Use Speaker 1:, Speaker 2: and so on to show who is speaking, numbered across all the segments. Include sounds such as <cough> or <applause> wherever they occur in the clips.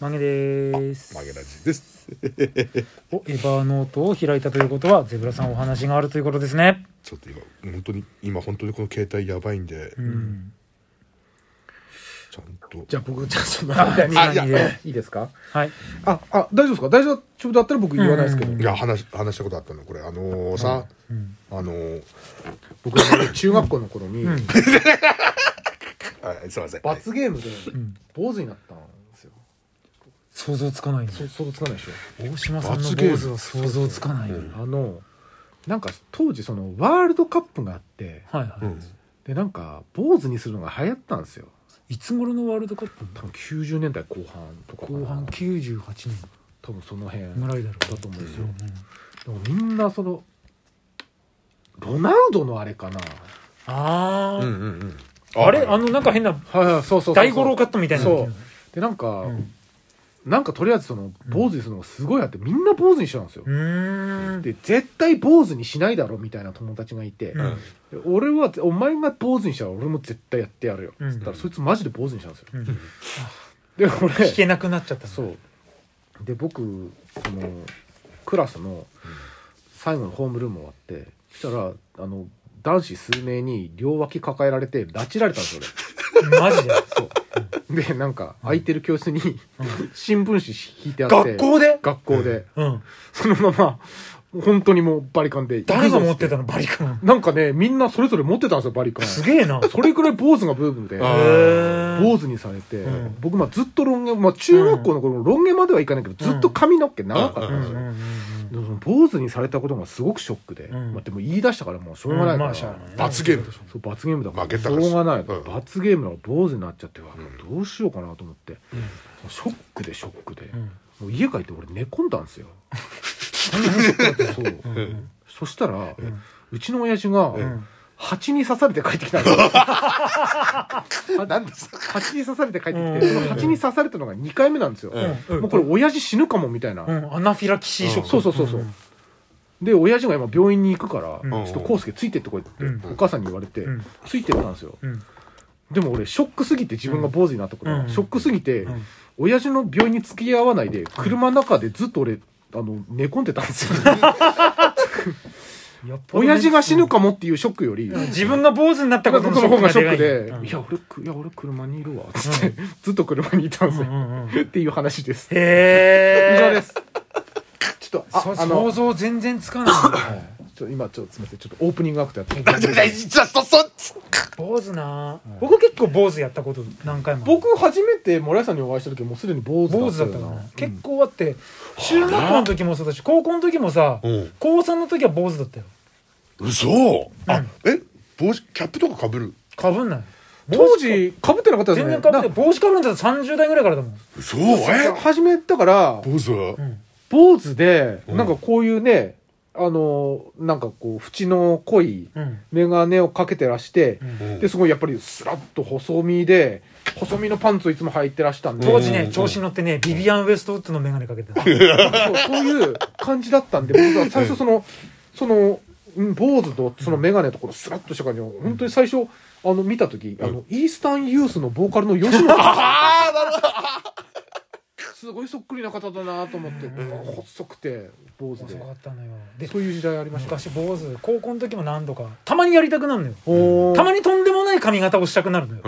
Speaker 1: 曲げです
Speaker 2: 曲げラジです。
Speaker 1: おエヴァーノートを開いたということはゼブラさんお話があるということですね
Speaker 2: ちょっと今、本当に、今本当にこの携帯やばいんで、
Speaker 1: うん
Speaker 2: ちゃんと。
Speaker 3: じゃあ僕、じゃあその
Speaker 1: あ
Speaker 3: 間に、
Speaker 1: あいや
Speaker 3: いいですか
Speaker 1: はい
Speaker 3: あ、あ、大丈夫ですか大丈夫だったら僕言わないですけど。
Speaker 2: いや、話、話したことあったの、これ、あのーさ、
Speaker 1: うん
Speaker 2: あのー
Speaker 3: 僕、ね、中学校の頃に、
Speaker 1: うん
Speaker 2: はい、すいません。
Speaker 3: 罰ゲームで
Speaker 1: ん
Speaker 3: 坊主になったんですよ。
Speaker 1: 想像つかないね
Speaker 3: そ想像つかないでしょ。
Speaker 1: 大島さんの
Speaker 2: 罰ゲーム
Speaker 1: 坊主は想像つかないよ、
Speaker 3: あの、なんか当時そのワールドカップがあって、
Speaker 1: はいはい、
Speaker 2: うん。
Speaker 3: で、なんか坊主にするのが流行ったんですよ。
Speaker 1: いつ頃のワールドカップ
Speaker 3: 多分90年代後半とかかな
Speaker 1: 後半98年
Speaker 3: 多分その辺
Speaker 1: ぐらいだろ
Speaker 3: だと思うんですよ、
Speaker 1: うん
Speaker 3: でもみんなそのロナウドのあれかな
Speaker 1: あー、
Speaker 2: うんうんうん。
Speaker 1: あれあ
Speaker 2: の、
Speaker 1: のなんか変な
Speaker 3: はいはいそうそうそう
Speaker 1: 大五郎カットみたいな
Speaker 3: そうでなんか、
Speaker 1: うん
Speaker 3: なんかとりあえずその坊主にするのがすごいあってみんな坊主にしてたんですよ、
Speaker 1: うーん
Speaker 3: で絶対坊主にしないだろみたいな友達がいて、
Speaker 1: うん
Speaker 3: で俺はお前が坊主にしたら俺も絶対やってやるよ、
Speaker 1: うん
Speaker 3: つったらそいつマジで坊主にしたんですよ、
Speaker 1: うん
Speaker 3: で俺
Speaker 1: 聞けなくなっちゃったの
Speaker 3: そうで僕そのクラスの最後のホームルーム終わってそしたらあの男子数名に両脇抱えられて拉致られたんですよ
Speaker 1: マジで <laughs>
Speaker 3: 俺でなんか空いてる教室に、
Speaker 1: ん
Speaker 3: <laughs> 新聞紙引いてあって
Speaker 1: 学校で
Speaker 3: 学校で
Speaker 1: うん
Speaker 3: そのまま本当にもうバリカンで
Speaker 1: 誰が持って
Speaker 3: た
Speaker 1: たのバリカン
Speaker 3: なんかねみんなそれぞれ持ってたんですよバリカン
Speaker 1: すげえな
Speaker 3: それくらい坊主がブームで
Speaker 2: あ
Speaker 1: へ
Speaker 3: 坊主にされて、
Speaker 1: うん
Speaker 3: 僕まあずっとロン毛、まあ、中学校の頃ロン毛まではいかないけど、ずっと髪の毛長かった
Speaker 1: うんんう
Speaker 3: です
Speaker 1: ん
Speaker 3: よ、
Speaker 1: うん
Speaker 3: でもその坊主にされたことがすごくショックで、
Speaker 1: うん
Speaker 3: まあ、でも言い出したからもうしょうがない
Speaker 1: うん
Speaker 3: から、
Speaker 1: まあしゃあないね
Speaker 2: 罰ゲーム
Speaker 3: そう罰ゲームだから
Speaker 2: 負けた
Speaker 3: し
Speaker 2: か
Speaker 3: ょ
Speaker 2: ら
Speaker 3: うがない、
Speaker 2: うん
Speaker 3: 罰ゲームだから坊主になっちゃってわ
Speaker 2: う
Speaker 3: どうしようかなと思って、ショックでショックで、
Speaker 1: うん
Speaker 3: もう家帰って俺寝込んだん
Speaker 1: <laughs>
Speaker 3: ですよそう、
Speaker 1: うんうん
Speaker 3: そしたら、うんちの親父が、
Speaker 1: ん
Speaker 3: 蜂に刺されて帰ってきた
Speaker 1: <laughs>
Speaker 3: んですよ
Speaker 2: なんですか
Speaker 3: 蜂に刺されて帰ってきて、
Speaker 1: うん
Speaker 3: その蜂に刺されたのが2回目なんですよ、
Speaker 2: うん
Speaker 1: うん
Speaker 3: もうこれ親父死ぬかもみたいな、
Speaker 1: うんアナフィラキシーショック
Speaker 3: そうそうそうそう、で親父が今病院に行くから、
Speaker 1: うん
Speaker 3: ちょっと康介ついてってこいって、
Speaker 1: うん
Speaker 3: お母さんに言われて、
Speaker 1: うん
Speaker 3: ついてったんですよ
Speaker 1: うん
Speaker 3: でも俺ショックすぎて自分が坊主になったこと、
Speaker 1: うん
Speaker 3: ショックすぎて、
Speaker 1: うん
Speaker 3: 親父の病院に付き合わないで車の中でずっと俺あの寝込んでたんですよ
Speaker 1: やっぱりね
Speaker 3: <laughs> 親父が死ぬかもっていうショックより、
Speaker 1: うん自分が坊主になった
Speaker 3: 僕
Speaker 1: こと
Speaker 3: の
Speaker 1: のショッ
Speaker 3: 方
Speaker 1: クが
Speaker 3: がショ
Speaker 1: で
Speaker 3: ッ
Speaker 1: かい
Speaker 3: ク
Speaker 1: ね
Speaker 3: で、いや俺くいや俺車にいるわっつって、ずっと車にいたんです
Speaker 1: うん
Speaker 3: よ、
Speaker 1: うんうんうん
Speaker 3: っていう話です、
Speaker 1: へ
Speaker 3: 以上
Speaker 1: え
Speaker 3: ですちょっとああ
Speaker 1: 想
Speaker 3: の
Speaker 1: 像全然つかないな
Speaker 3: ちょっと今ちょっとすみませんちょっとオープニングアクトやって
Speaker 2: 実は、そ、そ、
Speaker 1: 坊主な僕結構坊主やったこと何回もある
Speaker 3: 僕初めて森谷さんにお会いした時もうすでに坊主だ
Speaker 1: 坊
Speaker 3: っ
Speaker 1: 主だ
Speaker 3: たよ
Speaker 1: ったか
Speaker 3: な
Speaker 1: ら結構あって中学校の時もそうだし高校の時もさ
Speaker 2: うん。
Speaker 1: 高3の時は坊主だったよ
Speaker 2: 嘘
Speaker 1: う
Speaker 2: あ
Speaker 1: ん、
Speaker 2: え帽子、キャップとか被る
Speaker 1: かぶんない
Speaker 3: 当時かぶってなかったです
Speaker 1: 全
Speaker 3: ね
Speaker 1: 然かぶんない
Speaker 3: だ
Speaker 1: 帽子かぶるんだったら30代ぐらいからだもん
Speaker 2: 嘘え
Speaker 3: 始めたから
Speaker 2: 坊主は
Speaker 1: うん
Speaker 3: 坊主で
Speaker 2: うん
Speaker 3: なんかこういうねあのなんかこう縁の濃い
Speaker 1: うん
Speaker 3: 眼鏡をかけてらして
Speaker 1: う、ん
Speaker 2: うん
Speaker 3: ですごいやっぱりスラッと細身で細身のパンツをいつも履いてらしたんで、
Speaker 1: 当
Speaker 3: そ
Speaker 1: 時
Speaker 2: う
Speaker 1: ね
Speaker 2: ん
Speaker 1: 調子に乗ってねビビアン・ウエストウッドの眼鏡かけてた
Speaker 3: うそういう感じだったんで僕は最初そのそのうん坊主とその眼鏡のところスラッとした感じを本当に最初あの見た時あのイースタンユースのボーカルの吉野さん
Speaker 2: ああ、なるほど。
Speaker 3: すごいそっくりな方だなと思って、細くて坊主
Speaker 1: 遅
Speaker 3: で
Speaker 1: かったのよで
Speaker 3: そういう時代ありました
Speaker 1: 昔坊主高校の時も何度かたまにやりたくなるのよ
Speaker 3: おー
Speaker 1: たまにとんでもない髪型をしたくなるのよ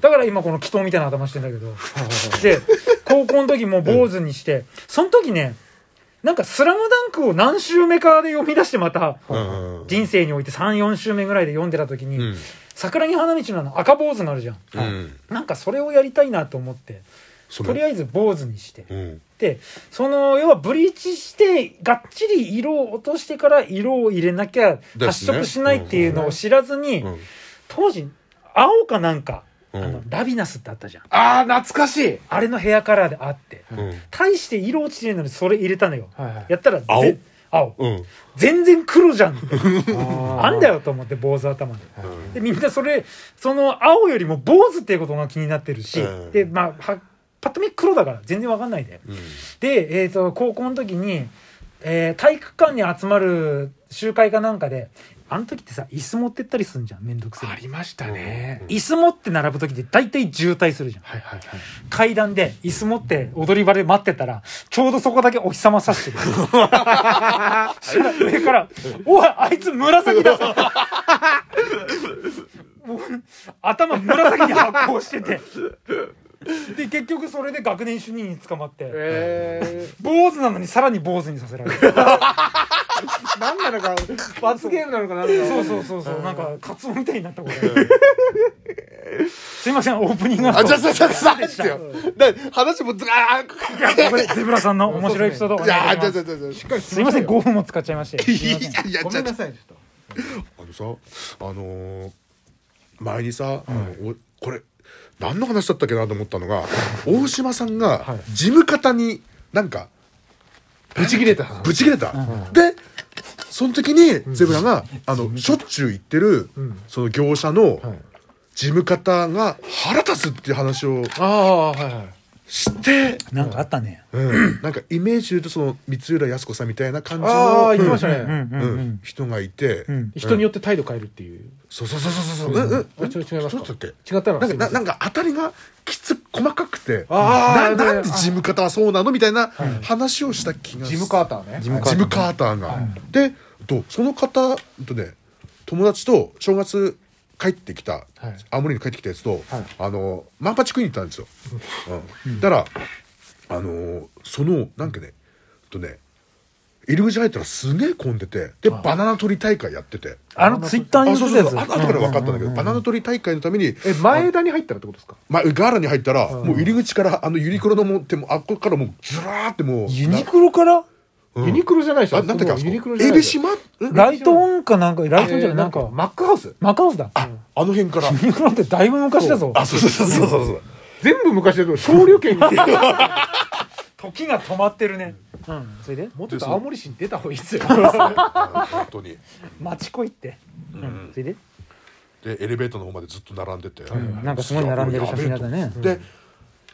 Speaker 1: だから今この祈祷みたいな頭してんだけどで高校の時もう坊主にして、その時ねなんか「スラムダンクを何週目かで読み出してまた
Speaker 2: うんうん
Speaker 1: 人生において34週目ぐらいで読んでた時に、
Speaker 2: うん
Speaker 1: 桜木花道のあの赤坊主があるじゃん、
Speaker 2: うん。
Speaker 1: なんかそれをやりたいなと思って
Speaker 2: そ
Speaker 1: とり
Speaker 2: れ。
Speaker 1: あえず坊主にして
Speaker 2: うん。
Speaker 1: でその要はブリーチしてがっちり色を落としてから色を入れなきゃ発色しないっていうのを知らずに、
Speaker 2: うん
Speaker 1: 当時青かなんか、
Speaker 2: うん
Speaker 1: あのラビナスってあったじゃん
Speaker 3: ああ懐かしい
Speaker 1: あれのヘアカラーであって
Speaker 2: うん。
Speaker 1: 大して色落ちてるのにそれ入れたのよ、
Speaker 3: はいはい
Speaker 1: やったらぜ
Speaker 2: 青
Speaker 1: 青
Speaker 2: うん。
Speaker 1: 全然黒じゃん
Speaker 2: <laughs>
Speaker 1: って
Speaker 3: あ
Speaker 1: あんだよと思って坊主頭で
Speaker 2: うん
Speaker 1: でみんなそれその青よりも坊主っていうことが気になってるし、
Speaker 2: うん
Speaker 1: でまあはパッと見黒だから全然わかんないでで、えー、と高校の時に、えー体育館に集まる集会かなんかであの時ってさ椅子持ってったりすんじゃんめんどくせ
Speaker 3: あ
Speaker 1: え
Speaker 3: りましたね。
Speaker 1: 椅子持って並ぶ時って大体渋滞するじゃん
Speaker 3: はいはいはい。
Speaker 1: 階段で椅子持って踊り場で待ってたらちょうどそこだけお日様さしてくるしたら上から「おいあいつ紫だぞ」もう頭紫に発光しててで結局それで学年主任に捕まって
Speaker 3: え
Speaker 1: 坊主なのにさらに坊主にさせられる
Speaker 3: ー、なんなのか、罰ゲームなのかなんだ
Speaker 1: そうそうそうそうなんかカツオみたいになったことあるすいませんオープニング
Speaker 2: あ、じゃ
Speaker 1: あ
Speaker 2: あ、じゃあ、じゃあ、じゃあ、ですよ。だ話もずあー、
Speaker 1: これゼブラさんの面白いエピソードお
Speaker 2: い
Speaker 1: 願
Speaker 2: や
Speaker 1: い
Speaker 2: ー、
Speaker 1: し
Speaker 2: じゃ
Speaker 1: ます
Speaker 2: あ、じゃあ、じゃあ、じゃ
Speaker 1: すいません5分も使っちゃいまして
Speaker 3: <laughs>
Speaker 2: あ、
Speaker 1: すいま
Speaker 2: い
Speaker 1: せん
Speaker 2: やいや、
Speaker 4: ご
Speaker 2: じゃ
Speaker 4: め
Speaker 2: あ
Speaker 4: んな、さいちょっ
Speaker 2: あのさ、あのー前にさ、あのおこれ、何の話だったっけなと思ったの
Speaker 3: <laughs>
Speaker 2: が、大島さんが、事務方に、なんか、
Speaker 3: ぶち切れた。
Speaker 2: ぶち切れた、でその時にゼブラが、あのしょっちゅう行ってる、その業者の事務方が腹立つっていう話を
Speaker 3: ああ、はいはい。
Speaker 2: して、
Speaker 1: なんかあったね
Speaker 2: うんなんかイメージで言うとその光浦靖子さんみたいな感じ
Speaker 3: あ
Speaker 2: の
Speaker 3: あ、言ってました
Speaker 1: うん
Speaker 3: ね。
Speaker 1: うん
Speaker 2: う
Speaker 1: うんん
Speaker 2: 人がいて、
Speaker 1: ん
Speaker 3: 人によって態度変えるっていう。
Speaker 2: そうそうそうそうそう、うんうん
Speaker 3: あちょ違います
Speaker 2: そうだ
Speaker 3: か
Speaker 2: っけ
Speaker 3: 違った
Speaker 2: な
Speaker 3: の
Speaker 2: んか
Speaker 3: すい
Speaker 2: な
Speaker 3: ません
Speaker 2: なんか当たりがきつ細かくて
Speaker 3: あ
Speaker 2: な
Speaker 3: ー
Speaker 2: なんで
Speaker 3: あ
Speaker 2: 事務方はそうなのみたいな話をした気がす
Speaker 3: ジ
Speaker 2: る
Speaker 3: ム・カーターね。
Speaker 1: ジム
Speaker 2: ジム・カーターが。でとその方とね友達と正月帰ってきた、
Speaker 3: はい
Speaker 2: 青森に帰ってきたやつと、
Speaker 3: はい
Speaker 2: あのマンパチ食いに行ったんですよ。うん、だからあのーそのなんかねとね入り口入ったらすげえ混んでてでバナナ取り大会やってて。
Speaker 1: あのツイッターに
Speaker 2: あ
Speaker 1: 言
Speaker 2: そう
Speaker 1: っ
Speaker 2: そう
Speaker 1: て
Speaker 2: そう
Speaker 1: た
Speaker 2: あ
Speaker 1: や
Speaker 2: 後から分かったんだけど、バナナ取り大会のために
Speaker 3: え、前田に入ったらってことですか
Speaker 2: ま、ガーラに入ったら、もう入り口からあのユニクロのもってもうあっこからもうずらーってもう
Speaker 1: つユニクロから
Speaker 3: ユニクロじゃないでしょ
Speaker 2: あなんだっけあそ
Speaker 3: そこ
Speaker 2: こ
Speaker 3: ユニクロじゃ
Speaker 2: エ
Speaker 3: ないで
Speaker 2: ビ
Speaker 3: しょ
Speaker 2: シマ
Speaker 1: ライトオンかなんかライトオンじゃない
Speaker 3: えー
Speaker 1: なんか
Speaker 3: マックハウス
Speaker 1: マカオスだ
Speaker 2: あの
Speaker 1: <laughs>
Speaker 2: 辺から
Speaker 1: ユニクロってだいぶ昔だぞ
Speaker 2: あ、そうそうそうそうそう。
Speaker 3: 全部昔だけど、少量券に。も
Speaker 1: 時が止まってるねうんそれで
Speaker 3: うちょっと青森市に出た方がいいですよ。
Speaker 2: 本当に。
Speaker 1: 町こいってうんそれで
Speaker 2: で、エレベーターの方までずっと並んでて。
Speaker 1: なんかすごい並んでる写真だったね
Speaker 2: で、
Speaker 3: で、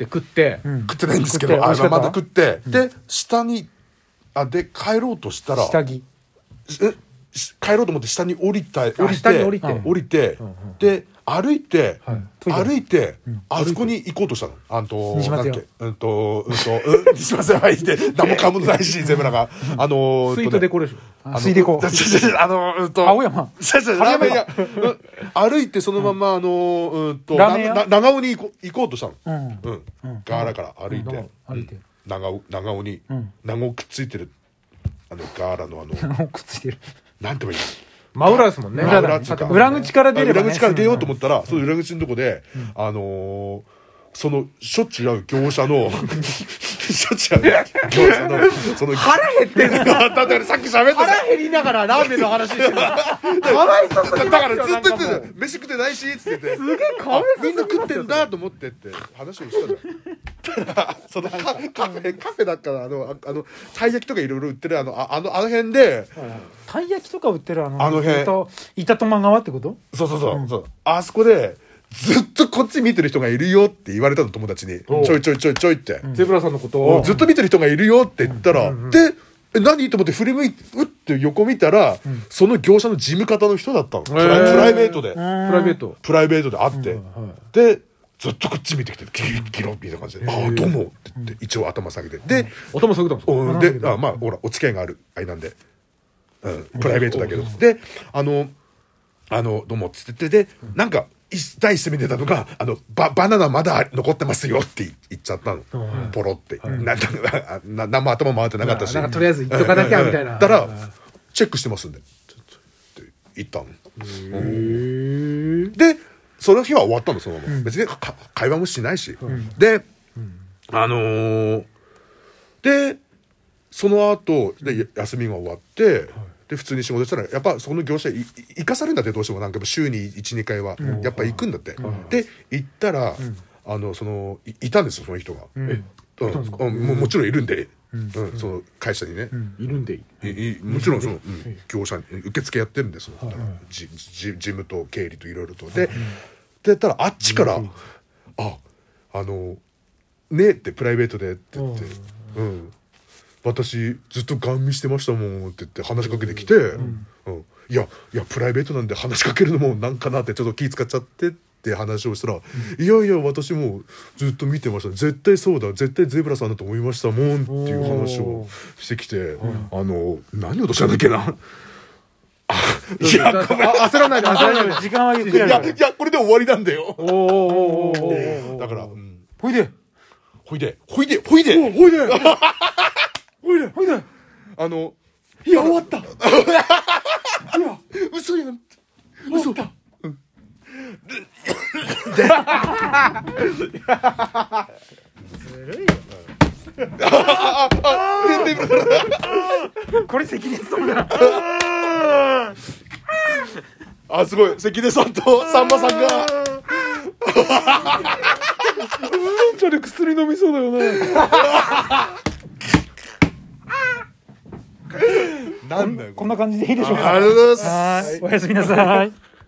Speaker 3: 食って、
Speaker 2: 食ってないんですけど、
Speaker 1: 食って美
Speaker 2: あ、
Speaker 1: 味しか
Speaker 2: ま
Speaker 1: った
Speaker 2: だ食って、で、下に、あ、で、帰ろうとしたら、
Speaker 1: 下着
Speaker 2: えし帰ろうと思って下に降りた、降りて、
Speaker 3: 下に降りて
Speaker 2: 降りてで、歩いて、
Speaker 1: トイレ
Speaker 2: 歩いて、あそこに行こうとしたの。あんと、
Speaker 1: 西松
Speaker 2: なん
Speaker 1: 屋
Speaker 2: だっけうんと、うんと、うん、西松屋
Speaker 1: <laughs>
Speaker 2: 入って、何も買うものないし、ゼブラが。あのー、
Speaker 3: スイートでこ
Speaker 2: れ。
Speaker 3: れでしょ。
Speaker 2: あの
Speaker 1: ついでこ
Speaker 2: 違う違う <laughs> 違うあの、うんと。
Speaker 1: 青山
Speaker 2: そうそうラーメン屋。うん歩いてそのまま、あのー、うんと、
Speaker 1: ラーメン屋
Speaker 2: なな長尾に行こ行こうとしたの。
Speaker 1: ううん
Speaker 2: うん。ガーラから歩いて。
Speaker 1: 歩いて
Speaker 2: 長尾、長尾に、長尾くっついてる、あの、ガーラのあ
Speaker 1: <laughs>
Speaker 2: の、
Speaker 1: もうくっついてる
Speaker 2: なんて言えばいいの
Speaker 3: 真裏ですもんね。
Speaker 2: 裏だね
Speaker 3: 建物
Speaker 1: 裏口から出れば
Speaker 2: 裏
Speaker 1: ね
Speaker 2: 口から出ようと思ったら、その裏口のとこで、あのーそのしょっちゅう会う業者のしょっちゅう会う業者のその腹減ってん <laughs> だからさっき喋ったじゃん
Speaker 3: 腹減りながらラーメンの話してる。かわいそうすぎ
Speaker 2: だ
Speaker 3: ます
Speaker 2: か
Speaker 3: よ
Speaker 2: らずっと言ってた
Speaker 3: なん
Speaker 2: じ
Speaker 3: か
Speaker 2: ゃ
Speaker 3: も
Speaker 2: ん飯食ってないしっつってて
Speaker 3: うすげえかわい
Speaker 2: あみんな食ってんだと思ってって話をしたじゃん。ただ <laughs> そのカカフェカフェだからあのああのたい焼きとかいろいろ売ってるあのああのあの辺で
Speaker 1: たい焼きとか売ってるあの
Speaker 2: あの辺
Speaker 1: えっと板戸間川ってこと
Speaker 2: そうそうそう、そうあそこでずっとこっち見てる人がいるよって言われたの友達にち
Speaker 3: お
Speaker 2: ょ
Speaker 3: う
Speaker 2: いちょいちょいちょいって、
Speaker 3: うゼブラさんのこと
Speaker 2: お
Speaker 3: を。
Speaker 2: ずっと見てる人がいるよって言ったら、でえ何と思って振り向いてうって横見たら、その業者の事務方の人だったの、プラ
Speaker 3: へー
Speaker 2: プライベートで、
Speaker 3: プライベート。
Speaker 2: プライベートで会って、でずっとこっち見てきてギロギロみたいな感じで「ああどうも」って言って一応頭下げてで、
Speaker 3: お供探ったもんですか
Speaker 2: うん、であまあほらお付き合いがあるあれなんで、うん、プライベートだけどであの「あのどうも」っつっててでなんか一第一声に出たのがあのバ「バナナまだ残ってますよ」って言っちゃったの、ポロって、ななな何も頭回ってなかったし
Speaker 3: なんかとりあえず言っとかなきゃみたい
Speaker 2: だ
Speaker 3: な。
Speaker 2: から「チェックしてますんで」って言ったのでその日は終わったのそのまま、別にかか会話もしないし、で、あのーでその後でや休みが終わって、で普通に仕事したらやっぱそこの業者いい行かされるんだってどうしてもなんか週に12回はやっぱ行くんだって、で行ったら、あのそのいいたんですよその人が、うんうんももちろんいるんで、うんその会社にね、
Speaker 3: いるんでいい。
Speaker 2: いいもちろんその、うん業者に受付やってるんですよだからじじ事務と経理といろいろとででたらあっちから「ああのねえ」ってプライベートでって言って「うん、私ずっとガン見してましたもん」って言って話しかけてきて「うんいやいやプライベートなんで話しかけるのもなんかなってちょっと気使っちゃってって話をしたら「いやいや私もうずっと見てました絶対そうだ絶対ゼブラさんだと思いましたもん」っていう話をしてきてあの何をとしたんだっけな。
Speaker 3: <laughs>
Speaker 2: あいや
Speaker 3: あ
Speaker 2: ごめん
Speaker 3: 焦らないで焦らないで
Speaker 1: あ時間はゆっくり
Speaker 2: い
Speaker 1: や
Speaker 2: や
Speaker 1: る
Speaker 2: いやこれで終わりなんだよ
Speaker 3: おーおーおーおーおー
Speaker 2: だから、うん
Speaker 1: ほいで
Speaker 2: ほいでほいでほいで
Speaker 3: ほいでほいでほいで
Speaker 2: あの
Speaker 3: いや終わったいや
Speaker 2: 嘘やん
Speaker 3: 終わった
Speaker 1: ずるいよこれ関根さんだ
Speaker 2: あすごい関根さんとさんまさんが
Speaker 3: なんちゃで薬飲みそうだよね
Speaker 2: なんだよ
Speaker 1: <laughs> こんな感じでいいでしょうか
Speaker 2: ありがとうございます
Speaker 1: はいおやすみなさい